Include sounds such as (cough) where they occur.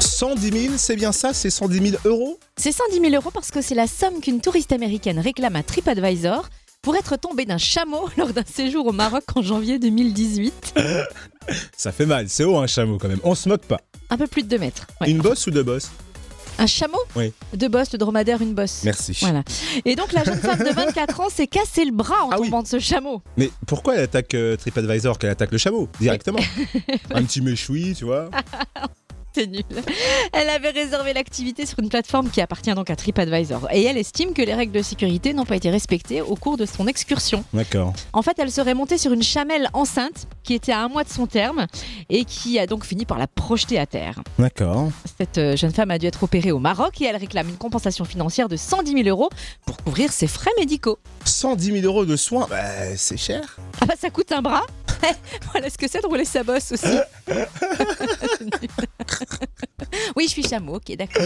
110 000, c'est bien ça C'est 110 000 euros C'est 110 000 euros parce que c'est la somme qu'une touriste américaine réclame à TripAdvisor pour être tombée d'un chameau (laughs) lors d'un séjour au Maroc en janvier 2018. Ça fait mal, c'est haut un chameau quand même. On se moque pas. Un peu plus de 2 mètres. ouais. Une bosse ou deux bosses Un chameau Oui. Deux bosses, le dromadaire, une bosse. Merci. Voilà. Et donc la jeune femme de 24 ans s'est cassé le bras en Ah oui. tombant de ce chameau. Mais pourquoi elle attaque euh, TripAdvisor qu'elle attaque le chameau (laughs) directement Un petit méchoui, tu vois Ah. C'est nul. Elle avait réservé l'activité sur une plateforme qui appartient donc à TripAdvisor. Et elle estime que les règles de sécurité n'ont pas été respectées au cours de son excursion. D'accord. En fait, elle serait montée sur une chamelle enceinte qui était à un mois de son terme et qui a donc fini par la projeter à terre. D'accord. Cette euh, jeune femme a dû être opérée au Maroc et elle réclame une compensation financière de 110 000 euros pour couvrir ses frais médicaux. 110 000 euros de soins, bah, c'est cher. Ah bah ça coûte un bras (laughs) Voilà ce que c'est de rouler sa bosse aussi. oui, je suis chameau, ok, d'accord.